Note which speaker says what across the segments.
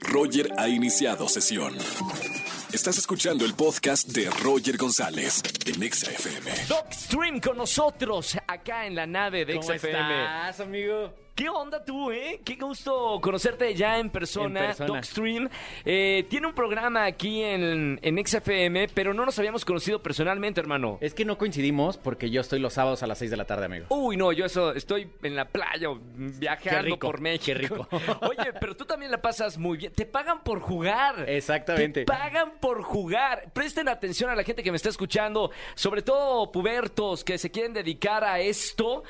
Speaker 1: Roger ha iniciado sesión. Estás escuchando el podcast de Roger González en Exa FM.
Speaker 2: Doc Stream con nosotros acá en la nave de
Speaker 3: ¿Cómo
Speaker 2: XFM.
Speaker 3: estás, amigo?
Speaker 2: ¿Qué onda tú, eh? Qué gusto conocerte ya en persona.
Speaker 3: En persona.
Speaker 2: Doc Stream eh, tiene un programa aquí en, en XFM, pero no nos habíamos conocido personalmente, hermano.
Speaker 3: Es que no coincidimos porque yo estoy los sábados a las 6 de la tarde, amigo.
Speaker 2: Uy, no, yo eso, estoy en la playa o viajando
Speaker 3: Qué rico,
Speaker 2: por México.
Speaker 3: qué rico.
Speaker 2: Oye, pero tú también la pasas muy bien. Te pagan por jugar.
Speaker 3: Exactamente.
Speaker 2: Te pagan por jugar. Presten atención a la gente que me está escuchando, sobre todo pubertos que se quieren dedicar a esto.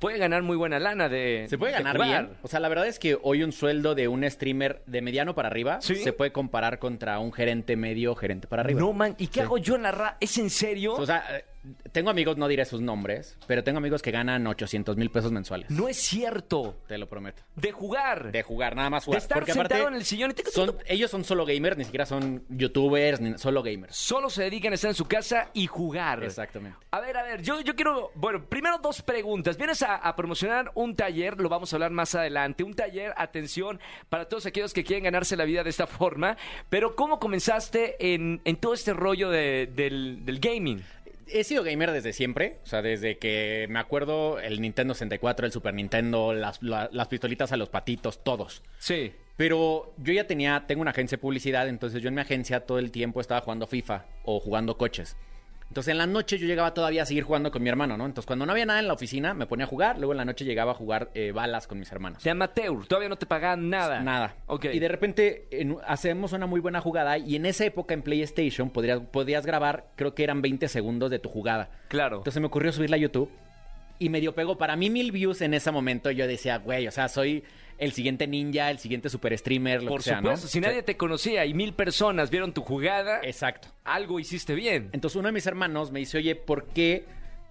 Speaker 2: Puede ganar muy buena lana de.
Speaker 3: Se puede
Speaker 2: de
Speaker 3: ganar
Speaker 2: jugar.
Speaker 3: bien. O sea, la verdad es que hoy un sueldo de un streamer de mediano para arriba
Speaker 2: Sí.
Speaker 3: se puede comparar contra un gerente medio, gerente para arriba.
Speaker 2: No man, ¿y qué
Speaker 3: Sí.
Speaker 2: hago yo en la ra? ¿Es en serio?
Speaker 3: O sea, eh, tengo amigos, no diré sus nombres, pero tengo amigos que ganan 800 mil pesos mensuales.
Speaker 2: no es cierto.
Speaker 3: Te lo prometo.
Speaker 2: De jugar.
Speaker 3: De jugar, nada más jugar.
Speaker 2: De estar
Speaker 3: porque
Speaker 2: sentado
Speaker 3: aparte
Speaker 2: en el sillón y tic, tic,
Speaker 3: son-
Speaker 2: tic.
Speaker 3: ellos son solo gamers, ni siquiera son youtubers, ni solo gamers.
Speaker 2: Solo se dedican a estar en su casa y jugar.
Speaker 3: Exactamente.
Speaker 2: A ver, a ver, yo, yo quiero, bueno, primero dos preguntas. Vienes a, a promocionar un taller, lo vamos a hablar más adelante, un taller, atención, para todos aquellos que quieren ganarse la vida de esta forma, pero ¿cómo comenzaste en, en todo este rollo de- del, del gaming?
Speaker 3: He sido gamer desde siempre, o sea, desde que me acuerdo el Nintendo 64, el Super Nintendo, las, la- las pistolitas a los patitos, todos.
Speaker 2: Sí.
Speaker 3: Pero yo ya tenía, tengo una agencia de publicidad, entonces yo en mi agencia todo el tiempo estaba jugando FIFA o jugando coches. Entonces en la noche yo llegaba todavía a seguir jugando con mi hermano, ¿no? Entonces cuando no había nada en la oficina me ponía a jugar, luego en la noche llegaba a jugar eh, balas con mis hermanos.
Speaker 2: De amateur, todavía no te pagan nada.
Speaker 3: Nada.
Speaker 2: Ok.
Speaker 3: Y de repente en- hacemos una muy buena jugada y en esa época en PlayStation podrías, podías grabar, creo que eran 20 segundos de tu jugada.
Speaker 2: Claro.
Speaker 3: Entonces me ocurrió subirla a YouTube y medio pegó. Para mí, mil views en ese momento. Yo decía, güey, o sea, soy el siguiente ninja, el siguiente super streamer, lo
Speaker 2: Por
Speaker 3: que sea, ¿no?
Speaker 2: supuesto, si nadie te conocía y mil personas vieron tu jugada,
Speaker 3: Exacto.
Speaker 2: algo hiciste bien.
Speaker 3: Entonces uno de mis hermanos me dice, oye, ¿por qué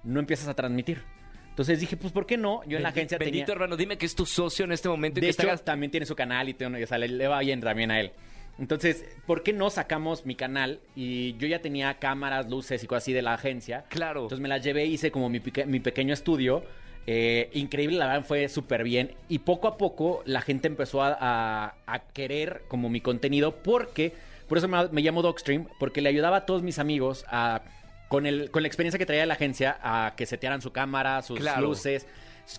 Speaker 3: no empiezas a transmitir? Entonces dije, pues, ¿por qué no? Yo en la
Speaker 2: Bendi-
Speaker 3: agencia tenía...
Speaker 2: Bendito hermano, dime que es tu socio en este momento y que
Speaker 3: De hecho,
Speaker 2: está gastando-
Speaker 3: también tiene su canal y, tiene- o sea, le, le va bien también a él. Entonces, ¿por qué no sacamos mi canal? Y yo ya tenía cámaras, luces y cosas así de la agencia.
Speaker 2: Claro.
Speaker 3: Entonces me las llevé, hice como mi, pique- mi pequeño estudio. Eh, increíble, la verdad fue súper bien. Y poco a poco la gente empezó a, a- a querer como mi contenido porque, por eso me, me llamo Dogstream, porque le ayudaba a todos mis amigos a, con, el, con la experiencia que traía de la agencia a que setearan su cámara, sus
Speaker 2: Claro.
Speaker 3: luces,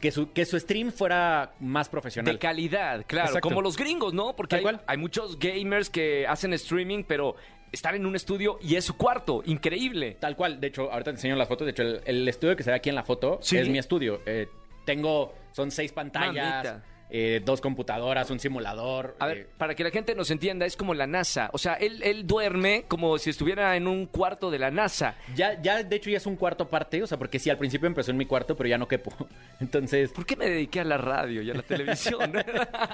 Speaker 3: que su, que su stream fuera más profesional.
Speaker 2: De calidad, claro.
Speaker 3: Exacto.
Speaker 2: Como los gringos, ¿no? Porque
Speaker 3: Tal
Speaker 2: hay,
Speaker 3: cual.
Speaker 2: hay muchos gamers que hacen streaming, pero están en un estudio y es su cuarto. Increíble.
Speaker 3: Tal cual, de hecho, ahorita te enseño las fotos. De hecho, el, el estudio que se ve aquí en la foto
Speaker 2: Sí.
Speaker 3: es mi estudio. Eh, tengo, son seis pantallas,
Speaker 2: Mamita.
Speaker 3: eh, dos computadoras, un simulador.
Speaker 2: A
Speaker 3: eh,
Speaker 2: ver, para que la gente nos entienda, es como la NASA. O sea, él, él duerme como si estuviera en un cuarto de la NASA.
Speaker 3: ya, ya, de hecho, ya es un cuarto parte. O sea, porque sí, al principio empezó en mi cuarto, pero ya no quepo. Entonces,
Speaker 2: ¿Por qué me dediqué a la radio y a la televisión?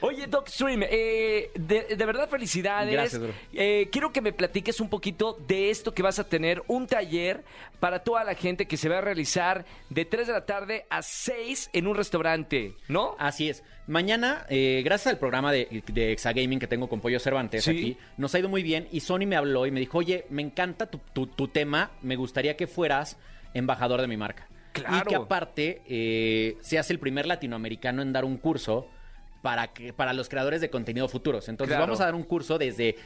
Speaker 2: Oye, Doc Stream, eh, de, de verdad felicidades.
Speaker 3: Gracias, bro.
Speaker 2: Eh, quiero que me platiques un poquito de esto que vas a tener, un taller para toda la gente que se va a realizar de 3 de la tarde a 6 en un restaurante, ¿no?
Speaker 3: Así es. Mañana, eh, gracias al programa de, de Exagaming que tengo con Pollo Cervantes
Speaker 2: Sí.
Speaker 3: aquí, nos ha ido muy bien y Sony me habló y me dijo, oye, me encanta tu, tu- tu tema, me gustaría que fueras embajador de mi marca.
Speaker 2: Claro.
Speaker 3: Y que aparte eh, seas el primer latinoamericano en dar un curso para, que, para los creadores de contenido futuros. Entonces
Speaker 2: Claro.
Speaker 3: vamos a dar un curso desde...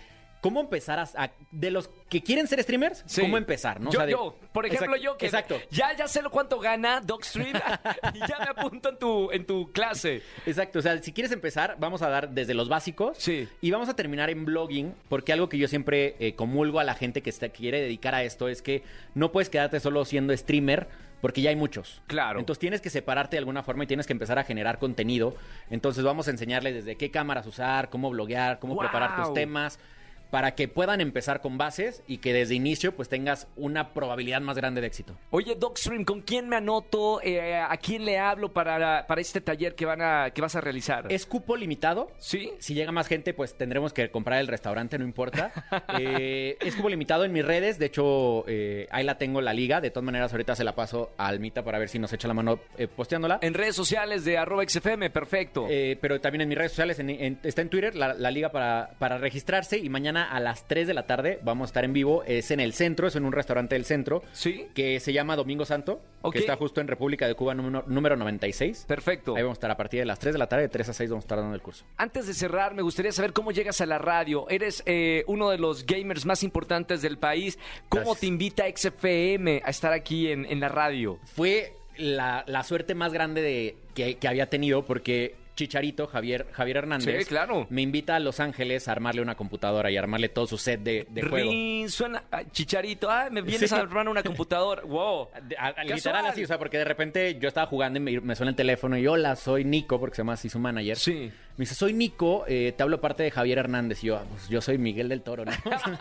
Speaker 3: ¿Cómo empezar a, a- De los que quieren ser streamers,
Speaker 2: Sí.
Speaker 3: ¿cómo empezar? ¿no? O
Speaker 2: Yo,
Speaker 3: sea, de-
Speaker 2: yo, por ejemplo,
Speaker 3: Exacto,
Speaker 2: yo que
Speaker 3: Exacto.
Speaker 2: ya ya sé lo cuánto gana Doc Stream y ya me apunto en tu en tu clase.
Speaker 3: Exacto, o sea, si quieres empezar, vamos a dar desde los básicos.
Speaker 2: Sí.
Speaker 3: Y vamos a terminar en blogging, porque algo que yo siempre eh, comulgo a la gente que está- que quiere dedicar a esto es que no puedes quedarte solo siendo streamer, porque ya hay muchos.
Speaker 2: Claro.
Speaker 3: Entonces tienes que separarte de alguna forma y tienes que empezar a generar contenido. Entonces vamos a enseñarles desde qué cámaras usar, cómo bloguear, cómo preparar
Speaker 2: ¡Guau!
Speaker 3: tus temas. Para que puedan empezar con bases y que desde inicio pues tengas una probabilidad más grande de éxito.
Speaker 2: Oye, Docstream, ¿con quién me anoto? Eh, ¿A quién le hablo para, para este taller que, van a, que vas a realizar?
Speaker 3: Es cupo limitado,
Speaker 2: ¿Sí?
Speaker 3: Si llega más gente, pues tendremos que comprar el restaurante, no importa. Eh, es cubo limitado en mis redes. De hecho, eh, ahí la tengo la liga. De todas maneras, ahorita se la paso a Almita para ver si nos echa la mano eh, posteándola.
Speaker 2: En redes sociales de arroba XFM, perfecto.
Speaker 3: Eh, pero también en mis redes sociales, en- en- está en Twitter la, la liga para, para registrarse. Y mañana mañana a las 3 de la tarde vamos a estar en vivo. Es en el centro, es en un restaurante del centro.
Speaker 2: Sí.
Speaker 3: Que se llama Domingo Santo,
Speaker 2: Ok.
Speaker 3: que está justo en República de Cuba número, número 96.
Speaker 2: Perfecto.
Speaker 3: Ahí vamos a estar a partir de las 3 de la tarde, de 3 a 6 vamos a estar dando el curso.
Speaker 2: Antes de cerrar, me gustaría saber cómo llegas a la radio. Eres eh, uno de los gamers más importantes del país. ¿Cómo
Speaker 3: Gracias.
Speaker 2: te invita XFM a estar aquí en, en la radio?
Speaker 3: Fue la, la suerte más grande de, que, que había tenido porque Chicharito, Javier, Javier Hernández,
Speaker 2: Sí, claro.
Speaker 3: me invita a Los Ángeles a armarle una computadora y armarle todo su set de, de juego.
Speaker 2: Rin, suena ah, chicharito. Ah, me vienes
Speaker 3: Sí.
Speaker 2: a armar una computadora. Wow.
Speaker 3: De- a- a-
Speaker 2: Casual.
Speaker 3: literal así, o sea, porque de repente yo estaba jugando y me, me suena el teléfono y hola, soy Nico, porque se llama así su manager.
Speaker 2: Sí.
Speaker 3: Me dice, soy Nico, eh, te hablo parte de Javier Hernández. Y yo, ah, pues yo soy Miguel del Toro, ¿no?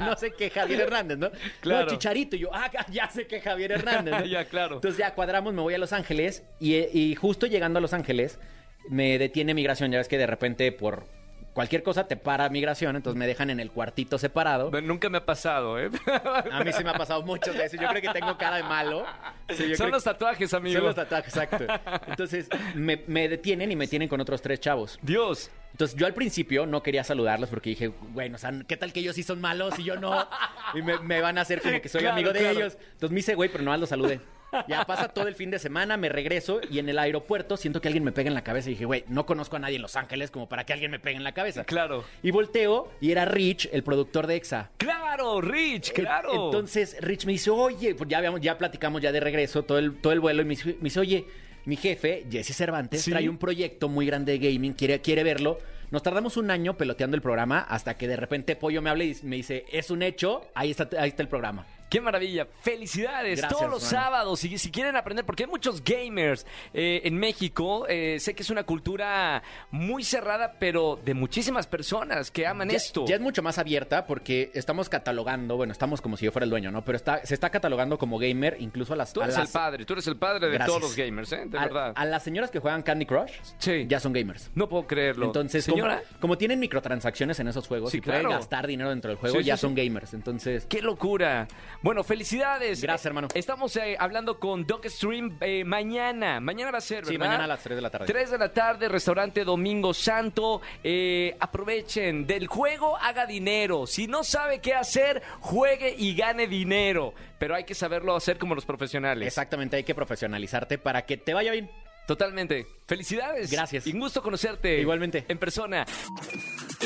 Speaker 3: no sé qué Javier Hernández, ¿no?
Speaker 2: Claro.
Speaker 3: No, Chicharito. Y yo, ah, ya sé que Javier Hernández, ¿no?
Speaker 2: Ya, claro.
Speaker 3: Entonces ya cuadramos, me voy a Los Ángeles. Y, y justo llegando a Los Ángeles, me detiene migración. Ya ves que de repente por cualquier cosa te para migración. Entonces me dejan en el cuartito separado.
Speaker 2: Bueno, Nunca me ha pasado, ¿eh?
Speaker 3: A mí se me ha pasado muchas veces. Yo creo que tengo cara de malo. Sí, yo
Speaker 2: Son
Speaker 3: creo
Speaker 2: los
Speaker 3: que-
Speaker 2: tatuajes, amigo.
Speaker 3: Son los tatuajes, exacto. Entonces me, me detienen y me tienen con otros tres chavos.
Speaker 2: Dios.
Speaker 3: Entonces yo al principio no quería saludarlos porque dije, bueno, o sea, ¿qué tal que ellos sí son malos y yo no? Y me, me van a hacer como que soy
Speaker 2: Claro,
Speaker 3: amigo de
Speaker 2: claro.
Speaker 3: ellos. Entonces me hice, güey, pero nomás los saludé. Ya pasa todo el fin de semana, me regreso y en el aeropuerto siento que alguien me pega en la cabeza y dije, güey, no conozco a nadie en Los Ángeles como para que alguien me pegue en la cabeza.
Speaker 2: Claro.
Speaker 3: Y volteo y era Rich, el productor de EXA.
Speaker 2: Claro, Rich, claro.
Speaker 3: Eh, Entonces Rich me dice, oye, pues ya, habíamos- ya platicamos ya de regreso todo el, todo el vuelo y me dice, me dice, oye, mi jefe, Jesse Cervantes,
Speaker 2: Sí.
Speaker 3: trae un proyecto muy grande de gaming, quiere, quiere verlo. Nos tardamos un año peloteando el programa hasta que de repente Pollo me habla y me dice, es un hecho, ahí está, ahí está el programa.
Speaker 2: Qué maravilla. Felicidades
Speaker 3: Gracias,
Speaker 2: todos los
Speaker 3: hermano.
Speaker 2: sábados. Y si quieren aprender, porque hay muchos gamers eh, en México, eh, sé que es una cultura muy cerrada, pero de muchísimas personas que aman
Speaker 3: Ya-
Speaker 2: esto.
Speaker 3: Ya, es mucho más abierta porque estamos catalogando, bueno, estamos como si yo fuera el dueño, ¿no? Pero está, se está catalogando como gamer incluso a las...
Speaker 2: tú
Speaker 3: a
Speaker 2: eres
Speaker 3: las-
Speaker 2: el padre, tú eres el padre de
Speaker 3: Gracias.
Speaker 2: todos los gamers, ¿eh? De
Speaker 3: a-
Speaker 2: verdad.
Speaker 3: a las señoras que juegan Candy Crush,
Speaker 2: Sí.
Speaker 3: ya son gamers.
Speaker 2: No puedo creerlo.
Speaker 3: Entonces, como-
Speaker 2: señora,
Speaker 3: Como, tienen microtransacciones en esos juegos
Speaker 2: Sí,
Speaker 3: y pueden
Speaker 2: claro.
Speaker 3: gastar dinero dentro del juego,
Speaker 2: Sí, sí,
Speaker 3: ya
Speaker 2: sí.
Speaker 3: son gamers. Entonces,
Speaker 2: Qué locura. Bueno, felicidades.
Speaker 3: Gracias, hermano.
Speaker 2: Estamos eh, hablando con Doc Stream eh, mañana. Mañana va a ser, ¿verdad?
Speaker 3: Sí, mañana a las 3 de la tarde.
Speaker 2: 3 de la tarde, restaurante Domingo Santo. Eh, aprovechen. Del juego haga dinero. Si no sabe qué hacer, juegue y gane dinero. Pero hay que saberlo hacer como los profesionales.
Speaker 3: exactamente hay que profesionalizarte para que te vaya bien.
Speaker 2: Totalmente. Felicidades.
Speaker 3: Gracias.
Speaker 2: Y un gusto conocerte.
Speaker 3: Igualmente.
Speaker 2: En persona.